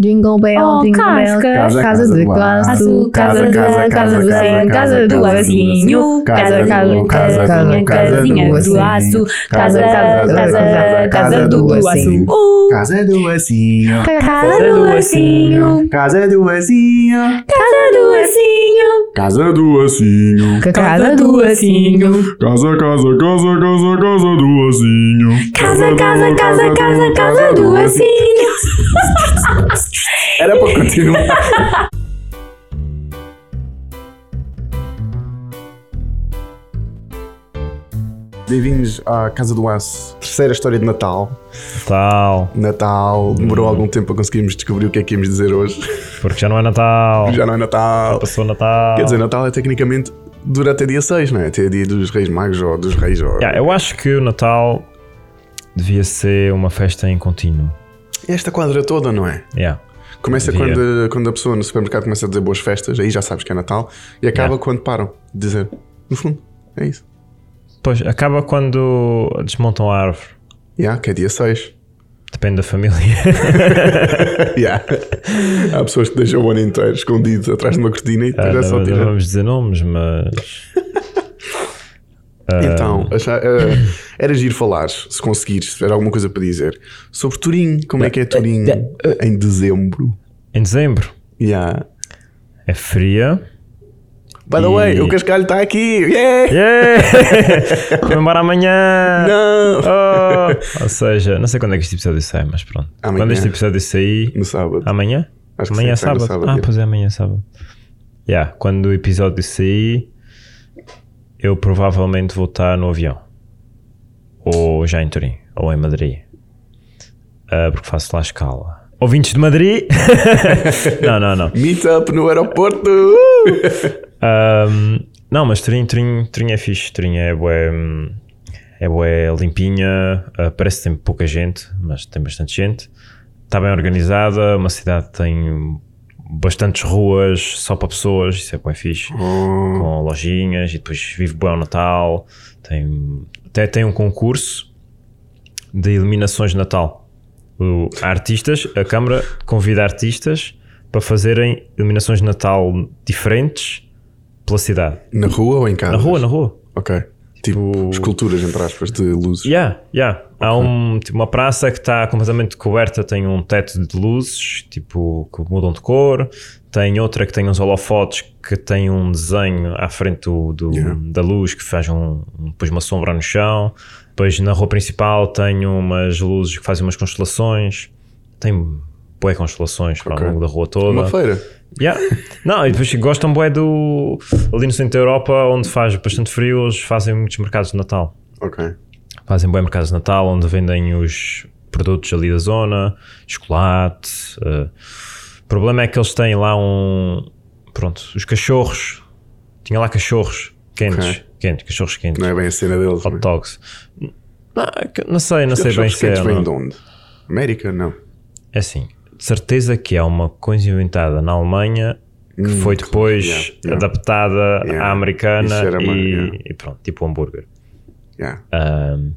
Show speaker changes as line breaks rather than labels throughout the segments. Jingle bell,
Oh,
jingle
casca.
bell,
Casa,
casa do
Azul,
Iguaçu,
casa,
casa
da,
da,
casa do
cem,
cem, casa do lazinho, casa, casa, casinha, casinha do aço, casa, casa, casa do aço, uh,
Casa do Acinho.
casa do lacinho,
Casa do Acinho.
casa do lacinho,
Casa do Acinho.
casa do lacinho,
Casa,
casa, casa,
casa, casa, casa, casa do Acinho.
casa, casa, casa do lacinho.
Era pra continuar. Bem-vindos à Casa do Aço, terceira história de Natal.
Natal,
Natal, demorou algum tempo para conseguirmos descobrir o que é que íamos dizer hoje.
porque já não é Natal.
Já não é Natal.
Passou Natal.
Quer dizer, Natal é tecnicamente dura até dia 6, não é? Até dia dos Reis Magos ou dos Reis. Ou...
Yeah, eu acho que o Natal devia ser uma festa em contínuo.
Esta quadra toda, não é?
Yeah.
Começa
Devia.
quando, quando a pessoa no supermercado começa a dizer boas festas, aí já sabes que é Natal, e acaba
Yeah.
quando param de dizer. No fundo, é isso.
Pois, acaba quando desmontam a árvore.
Yeah, que é dia 6.
Depende da família.
yeah. Há pessoas que deixam o ano inteiro escondido atrás de uma cortina e depois
Ah,
já só
não, não
tiram.
vamos dizer nomes, mas. Ah,
Então, achar, eh, era giro falar, se conseguires, se tiver alguma coisa para dizer, sobre Turim. Como é que é Turim em dezembro?
Em dezembro
Yeah.
é fria.
By the
E-
way, o Cascalho está aqui! Yeah!
Yeah! Vamos embora amanhã!
Não!
Oh! Ou seja, não sei quando é que este episódio sai, mas pronto.
Amanhã.
Quando este episódio sair,
No sábado.
Amanhã?
Acho que
amanhã é
sim, sai no
sábado.
sábado,
Ah,
é.
pois é, amanhã é sábado. Yeah, quando o episódio sair, eu provavelmente vou estar no avião. Ou já em Turim, ou em Madrid. Ah, porque faço lá escala. Ouvintes de Madrid? não, não, não.
Meetup no aeroporto!
Ahm, não, mas Turim, Turim, Turim é fixe. Turim é bué, hum, é bué limpinha. ah, parece que tem pouca gente, mas tem bastante gente. Está bem organizada. Uma cidade que tem bastantes ruas só para pessoas. Isso é bué fixe.
Oh.
Com lojinhas e depois vive bué o Natal. Tem, até tem um concurso de iluminações de Natal. O- há artistas, a Câmara convida artistas para fazerem iluminações de Natal diferentes pela cidade.
na rua ou em casa?
Na rua, na rua.
Ok. Tipo, esculturas, entre aspas, de luzes.
Yeah, yeah. Há um, tipo, uma praça que está completamente coberta, tem um teto de luzes, tipo, que mudam de cor. Tem outra que tem uns holofotes que tem um desenho à frente do, do-
Yeah.
da luz que faz um, um- depois uma sombra no chão. Depois na rua principal tem umas luzes que fazem umas constelações. Tem bué constelações para
Ok.
ao longo da rua toda.
Uma feira.
Yeah. Não, e depois gostam bué do... Ali no centro da Europa, onde faz bastante frio, eles fazem muitos mercados de Natal
Ok.
fazem bem mercados de Natal, onde vendem os produtos ali da zona, chocolate. eh. O problema é que eles têm lá um. Pronto, os cachorros. Tinha lá cachorros quentes.
Ok.
Quentes, cachorros quentes.
Não é bem a cena deles.
Hot
né?
dogs. Não, é que- não sei, não sei
Eles
bem
sabem
se
que
é.
eles
ou
vêm
não.
de onde? América? Não.
É assim, de certeza que é uma coisa inventada na Alemanha que foi depois
Hum, yeah, yeah.
adaptada
Yeah,
à americana
isso era uma-
e,
yeah.
e pronto, tipo hambúrguer.
Yeah.
Ahm,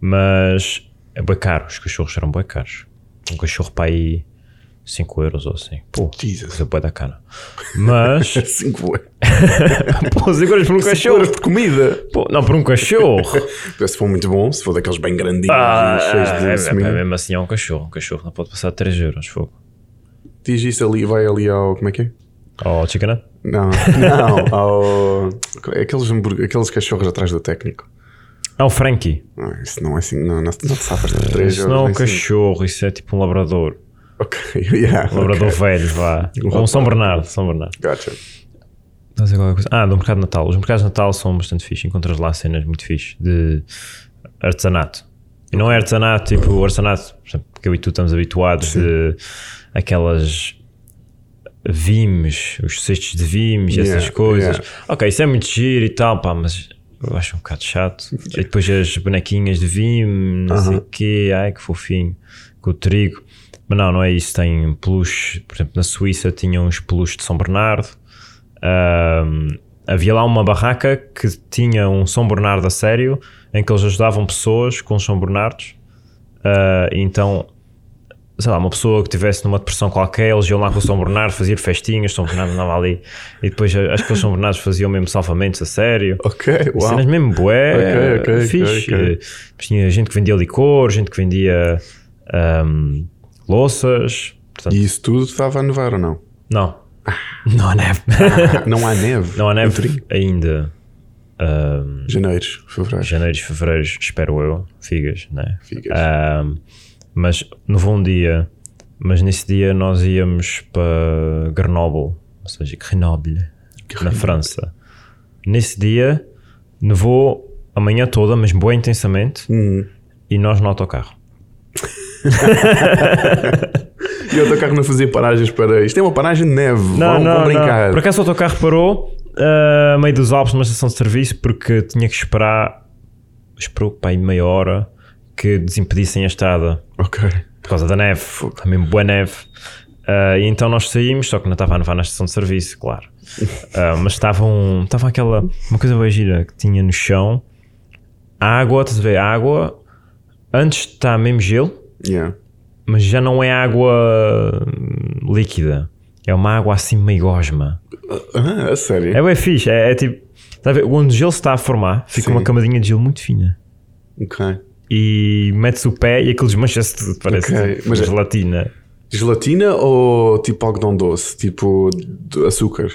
mas é bem caro, os cachorros eram bem caros. Um cachorro para aí 5 euros ou assim. Pô,
Jesus.
coisa boa da cana. Mas,
5 euros.
pô, 5 euros por um
Cinco
cachorro.
euros de comida.
Pô, não, por um cachorro.
Se for muito bom, se for daqueles bem grandinhos
Ah,
e cheios de
é, é,
seminho.
é, mesmo assim é um cachorro. Um cachorro não pode passar de 3 euros, fogo.
Diz isso ali, vai ali ao. Como é que é?
Oh, chicken
Não, não, ao. Aqueles, hambúrguer- aqueles cachorros atrás do técnico.
Ah, o Frankie.
Ah, isso não é assim, não, não, não te safas de 3
Isso não é um cachorro, isso é tipo um labrador.
Ok, yeah.
Um labrador
ok.
velho, vá. Ou um São Bernardo, São Bernardo.
Gotcha.
Estás a dizer qualquer coisa? Ah, do mercado de Natal. Os mercados de Natal são bastante fixe. Encontras lá cenas muito fixe de artesanato. E não é artesanato tipo o artesanato por exemplo, que eu e tu estamos habituados de aquelas vimes, os cestos de vimes e
Yeah,
essas coisas.
yeah.
Ok, isso é muito giro e tal, pá, mas eu acho um bocado chato. E depois as bonequinhas de vime, não sei o quê, ai que fofinho, com o trigo. Mas não, não é isso. Tem peluche, por exemplo, na Suíça tinham uns peluches de São Bernardo. Ahm, havia lá uma barraca que tinha um São Bernardo a sério, em que eles ajudavam pessoas com São Bernardos. Ah, e então sei lá, uma pessoa que estivesse numa depressão qualquer, eles iam lá para o São Bernardo fazer festinhas, São Bernardo andava ali e depois acho que os São Bernardos faziam mesmo salvamentos a sério.
Ok, uau.
Cenas é mesmo bué,
Ok, ok,
fixe.
ok, ok.
Eh, Tinha gente que vendia licor, gente que vendia ahm, louças. Portanto,
E isso tudo estava a nevar ou não?
Não, não há neve.
Não há neve.
não há
em Turim?
neve ainda. Ahm,
Janeiros, fevereiro.
janeiros, fevereiros, espero eu, figas, né?
Figas.
Ahm, mas houve um dia, mas nesse dia nós íamos para Grenoble, ou seja, Grenoble, na França. Nesse dia nevou a manhã toda, mas bem intensamente,
Hum.
e nós no autocarro.
E o autocarro não fazia paragens para. Isto é uma paragem de neve.
Não,
vão,
não,
vão
não.
brincar.
Por acaso o autocarro parou ah, a meio dos Alpes numa estação de serviço porque tinha que esperar, esperou para aí meia hora que desimpedissem a estrada.
Ok.
por causa da neve, também boa neve. Ah, e então nós saímos, só que não estava a nevar na estação de serviço, claro. Ah, mas estava um, estava aquela, uma coisa bem gira que tinha no chão, água, estás a ver, água, antes está mesmo gelo,
Yeah.
mas já não é água hum, líquida, é uma água assim meio gosma.
Ah, a sério.
É bem fixe, é, é tipo, estás a ver, onde o gelo se está a formar, fica
Sim.
uma camadinha de gelo muito fina. É-
Ok.
E metes o pé e aquilo desmancha-se tudo, parece
Ok,
tipo
mas é-
gelatina.
Gelatina ou tipo algodão doce? Tipo de açúcar?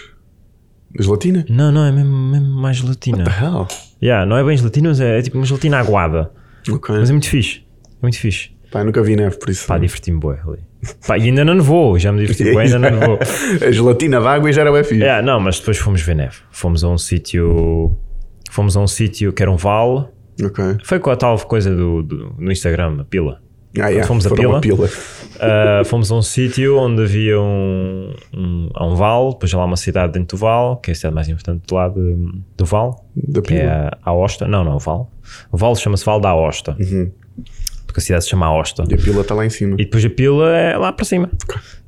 Gelatina?
Não, não, é mesmo, mesmo mais gelatina.
The hell?
Yeah, não é bem gelatina, mas é, é tipo uma gelatina aguada.
Ok.
Mas é muito fixe. É muito fixe.
Pá, eu nunca vi neve, por isso.
Pá, diverti-me bué ali. Pá, e ainda não nevou, já me diverti bué, ainda não É. nevou.
a gelatina d'água e já era bem fixe.
Yeah, não, mas depois fomos ver neve. Fomos a um sítio... Fomos a um sítio que era um vale.
Ok.
Foi com a tal coisa do, do- no Instagram, a pila.
Ah, yeah.
fomos a
Foram uma
pila.
pila.
Ah, fomos a um sítio onde havia um, um, há um vale, depois há lá uma cidade dentro do vale, que é a cidade mais importante do lado hum, do vale.
Da
que
pila.
é a Aosta. Não, não, o Val. O Val chama-se Val da Aosta.
Uhum.
Porque a cidade se chama Aosta.
E a pila está lá em cima.
E depois a pila é lá para cima.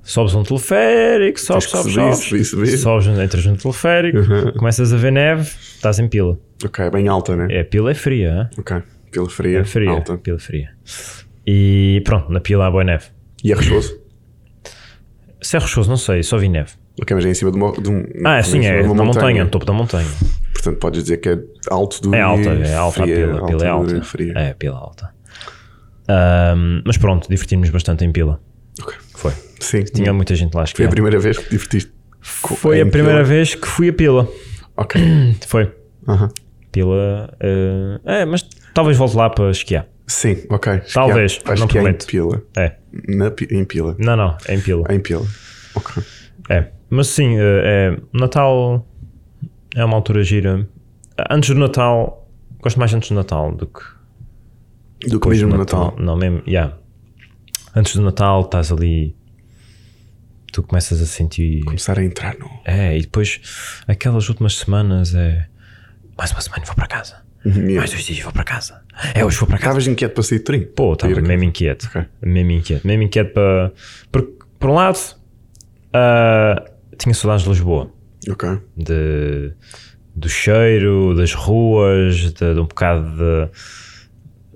Sobes um teleférico,
Tens
sobes,
que
sobes,
subir,
sobes.
subir, subir.
Sobes, um, entras no teleférico,
Uhum.
começas a ver neve, estás em pila.
Ok, bem alta, né?
É, a pila é fria, hã?
Ok. Pila fria.
é fria.
Alta.
Pila fria. E pronto, na pila há boa neve.
E é rochoso?
Se é rochoso, não sei, só vi neve.
Ok, mas é em cima de, uma, de um.
Ah,
em
sim,
cima
é,
de
na montanha, no topo da montanha.
Portanto, podes dizer que é alto do
É alta, é alta
fria,
a pila, a pila é
do
alta.
Fria.
É, a pila é alta. Ahm, mas pronto, divertimos bastante em pila.
Ok.
Foi.
Sim.
Tinha muita gente lá, acho que
Foi a
era.
primeira vez que te divertiste. co- é
Foi a
em
primeira
pila.
vez que fui a pila.
Ok.
Foi.
Aham.
Pila. eh, é, mas talvez volte lá para esquiar.
Sim, ok. Acho
Talvez,
que é- acho
não
que é em
prometo.
pila.
É.
Na, pi- em pila.
Não, não, é em pila.
Em pila. Ok.
É. Mas sim, eh, é, Natal é uma altura gira. Antes do Natal, gosto mais antes do Natal do que
Do que
depois
mesmo
do
no Natal.
Não, mesmo, yeah. Antes do Natal estás ali, tu começas a sentir.
Começar a entrar no.
É, e depois aquelas últimas semanas é. Mais uma semana e vou para casa.
Yeah.
Mais dois dias e vou para casa. É, hoje vou para casa.
Estavas inquieto para sair de Turim?
Pô,
Para
estava
ir a
mesmo inquieto.
Ok.
Mesmo inquieto. Mesmo inquieto para. Porque, por um lado, ah, tinha saudades de Lisboa.
Ok.
Ah, De, do cheiro, das ruas, de, de um bocado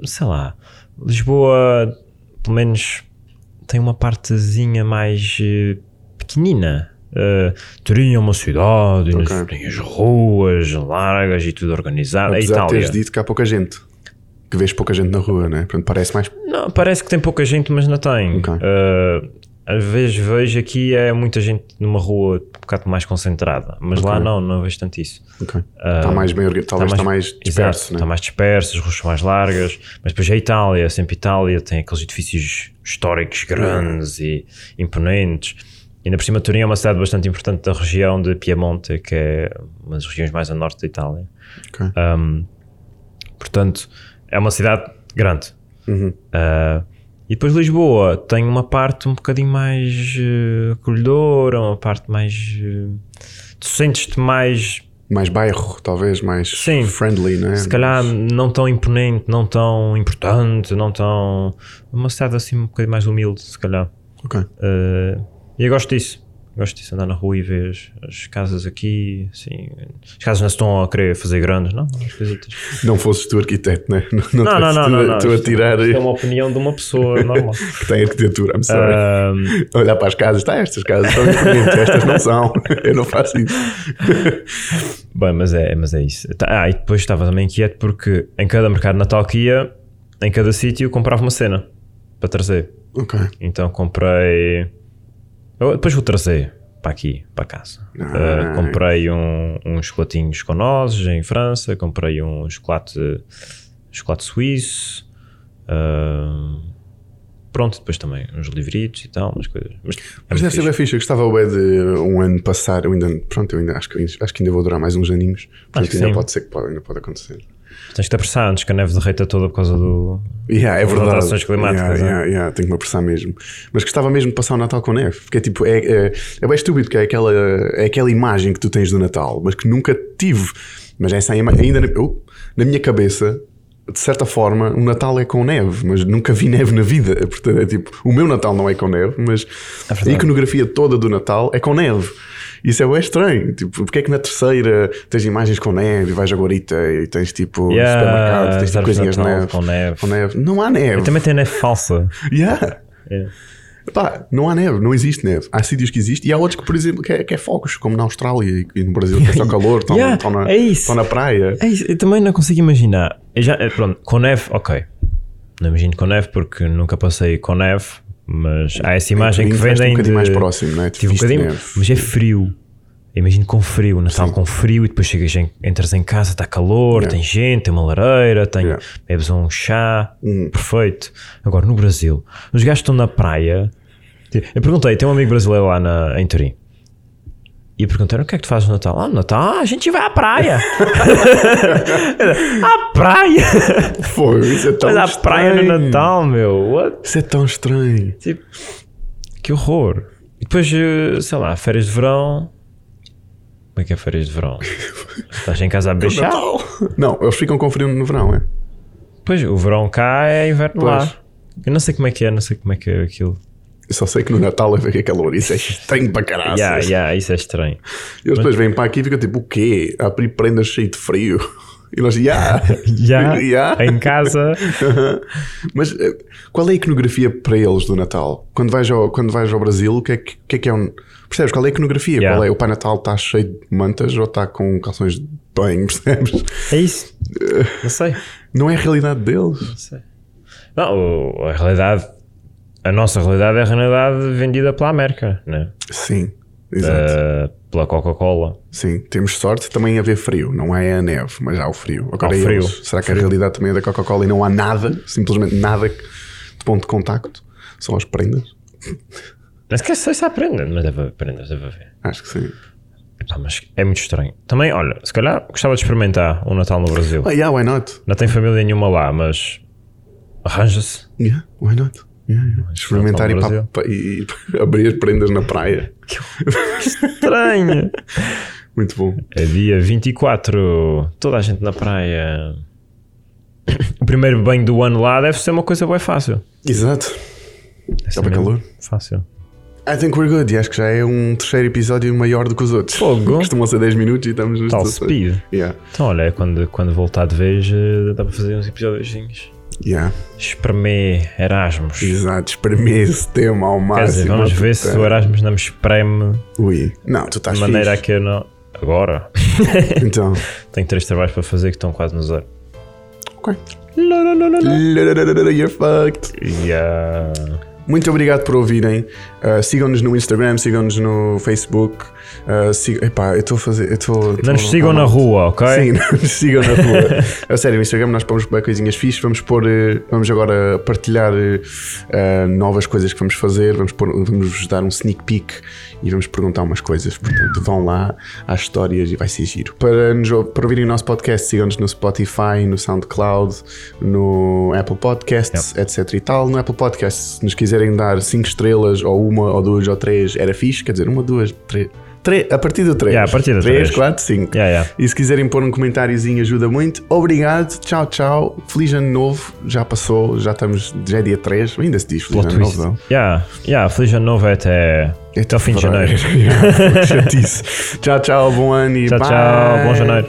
de. Sei lá. Lisboa, pelo menos, tem uma partezinha mais eh, pequenina. Ah, Turim é uma cidade, e nas-
Ok.
tem as ruas largas e tudo organizado. É
Apesar de
Itália.
teres dito que há pouca gente. Que vês pouca gente na rua, né? Portanto, parece mais.
Não, parece que tem pouca gente, mas não tem.
Ok.
Uh, às vezes vejo aqui é muita gente numa rua um bocado mais concentrada, mas lá
Ok.
não, não vejo tanto isso. Ah,
Ok. Está mais bem organizado. Talvez está mais, disperso,
tá exato, tá
né?
Está mais disperso, as ruas são mais largas, mas depois é a Itália, sempre Itália, tem aqueles edifícios históricos grandes e imponentes. Ainda por cima, Turim é uma cidade bastante importante da região de Piemonte, que é uma das regiões mais a norte da Itália.
Ok.
Portanto, é uma cidade grande.
Uhum.
Ah, e depois Lisboa tem uma parte um bocadinho mais eh, acolhedora, uma parte mais. eh, tu sentes-te mais.
mais bairro, talvez, mais
Sim.
friendly, né?
Se calhar não tão imponente, não tão importante, não tão. Uma cidade assim um bocadinho mais humilde, se calhar.
Ok.
Ah, e eu gosto disso. Gosto disso, andar na rua e ver as, as casas aqui, assim. As casas não se estão a querer fazer grandes, não? As coisitas.
Não fosses tu arquiteto, né? não
Não, não,
fosses
não,
tu-
não, não.
tu a
Isto-
tirar
Isto Ah. é uma opinião de uma pessoa normal.
que tem arquitetura, I'm sorry.
Ahm,
Olhar para as casas, tá, estas casas são diferentes, estas não são. Eu não faço isso.
Bem, mas é, mas é isso. Tá- Ah, e depois estava também inquieto porque em cada mercado natal que ia, em cada sítio, comprava uma cena para trazer.
Ok.
Então comprei. eu depois vou trazer para aqui, para casa. Ah,
Nice.
comprei um, uns chocolatinhos com nozes em França, comprei um chocolate, chocolate suíço. ah, pronto, depois também uns livritos e tal, umas coisas. Mas, é
Mas deve
muito
ser
fixe.
bem fixe. Eu gostava ao de um ano passar. Eu ainda, pronto, eu ainda acho que, acho que ainda vou durar mais uns aninhos.
Acho
Portanto,
que
ainda
sim.
pode ser que pode, ainda pode acontecer.
Tens que te apressar antes que a neve derreta toda por causa do.
Yeah, é
As
verdade.
alterações climáticas,
Yeah,
é.
yeah, yeah, tenho que me apressar mesmo. Mas gostava mesmo de passar o Natal com neve. Porque é tipo, é, é, é bem estúpido, porque é aquela, é aquela imagem que tu tens do Natal, mas que nunca tive. Mas essa ima- ainda na, oh, na minha cabeça. De certa forma, o Natal é com neve, mas nunca vi neve na vida. Portanto, é tipo, o meu Natal não é com neve, mas
É
a iconografia toda do Natal é com neve. Isso é bem estranho. Tipo, porque é que na terceira tens imagens com neve e vais a Gorita e tens tipo
Yeah,
supermercado, tens tipo
árvores de
coisinhas de
Natal
neve.
com neve.
Com neve. Não há neve.
Eu também tenho neve falsa.
Yeah.
É.
Pá, não há neve, não existe neve. Há sítios que existe e há outros que, por exemplo, que é, que é fogos, como na Austrália e- e no Brasil, que é só calor, estão
Yeah,
estão na,
é isso.
estão na praia.
É isso, eu também não consigo imaginar. Eu já, eh, pronto, com neve, ok. Não imagino com neve porque nunca passei com neve, mas há essa imagem
Um
que
bocadinho,
vendem.
um bocadinho
de-
mais próximo, né? Tu
Tive um
viste
bocadinho,
neve.
mas é frio. Eu Imagino com frio, Natal com frio, e depois chegas, em- entras em casa, está calor, tem gente, tem uma lareira, tem,
Yeah. Uhum.
bebes um chá, perfeito. Agora, no Brasil, os gajos estão na praia. Eu perguntei, tem um amigo brasileiro lá na, em Turim. E eu perguntei, o que é que tu fazes no Natal? Ah, no Natal, ah, a gente vai à praia. à praia?
Fogo, isso é tão
Mas à
estranho.
praia no Natal, meu. What?
Isso é tão estranho.
Tipo, que horror. E depois, eh, sei lá, férias de verão. Como é que é férias de verão? Estás em casa a beijar?
Natal. Não, eles ficam com frio no verão, é?
Pois, o verão cá é inverno
Pois.
lá. Eu não sei como é que é, não sei como é que é aquilo.
Eu só sei que no Natal é ver que é calor, isso é estranho para caralho.
yeah, yeah, isso é estranho.
E eles depois vêm para aqui e ficam tipo, o quê? A abrir prendas cheio de frio. E nós, yeah.
Já
Yeah.
em casa.
Mas eh, qual é a iconografia para eles do Natal? Quando vais ao, quando vais ao Brasil, o que é que, o que é que é um. Percebes? Qual é a iconografia?
Yeah.
Qual é? O Pai Natal está cheio de mantas ou está com calções de banho, percebes?
É isso. Não sei.
Não é a realidade deles.
Não sei. Não, o- a realidade. A nossa realidade é a realidade vendida pela América, né?
Sim, exato.
Eh, pela Coca-Cola.
Sim, temos sorte também a ver frio. Não é a neve, mas há o frio. Agora
Há o
é
frio.
eles. Será que a realidade também é da Coca-Cola e não há nada, simplesmente nada de ponto de contacto? São as prendas?
Não esquece se aprendem, mas deve aprender, deve haver.
Acho que sim.
Epá, mas é muito estranho. Também, olha, se calhar gostava de experimentar um Natal no Brasil.
Ah, yeah, why not?
Não tem família nenhuma lá, mas arranja-se.
Yeah, why not? Yeah, yeah. Experimentar e,
no
pa-
Brasil.
pa- e- e abrir as prendas na praia.
Estranho.
Muito bom.
é dia 24, toda a gente na praia. O primeiro banho do ano lá deve ser uma coisa bem fácil.
Exato.
Deve ser
bem tá
mesmo
calor.
Fácil.
I think we're good. E acho que já é um terceiro episódio maior do que os outros.
Fogo.
Costumam ser 10 minutos e estamos nos
Tal
16.
speed.
Yeah.
Então, olha, quando, quando voltar de vez, eh, dá para fazer uns episódiozinhos.
Yeah.
Espremer Erasmus.
Exato. Espremer esse tema ao
Quer
máximo.
dizer, vamos ver se o Erasmus não me espreme
Ui. Não, tu estás
de
fixe.
maneira a que eu não. Agora.
Então.
Tenho três trabalhos para fazer que estão quase no zero.
Ok. You're fucked.
E ah,
Muito obrigado por ouvirem. Uh, sigam-nos no Instagram, sigam-nos no Facebook. Uh, sig- Epá, eu estou a fazer. eu tô- tô-
Não nos sigam na rua, ok?
Sim, não nos sigam na rua. a sério, no Instagram nós pomos bem coisinhas fixas. Vamos pôr. eh, Vamos agora partilhar eh, eh, novas coisas que vamos fazer. Vamos, pôr, vamos vos dar um sneak peek e vamos perguntar umas coisas. Portanto, vão lá às histórias e vai ser giro. Para, nos, ou- para ouvirem o nosso podcast, sigam-nos no Spotify, no SoundCloud, no Apple Podcasts, etc. e tal. No Apple Podcasts, se nos quiserem dar 5 estrelas, ou uma, ou duas, ou três, era fixe. Quer dizer, uma, duas, três. Tre- a partir do 3.
Yeah, a partir do
3,
três.
4, 5.
Yeah, yeah.
E se quiserem pôr um comentáriozinho, ajuda muito. Obrigado, tchau, tchau. Feliz ano novo, já passou, já estamos, já é dia 3. Ainda se diz feliz
Plot
ano
twist.
novo, não?
Yeah, yeah, feliz ano novo é até,
É
até o fim de janeiro.
Yeah, chatice. tchau, tchau, bom ano e
Tchau,
bye.
tchau, bom janeiro.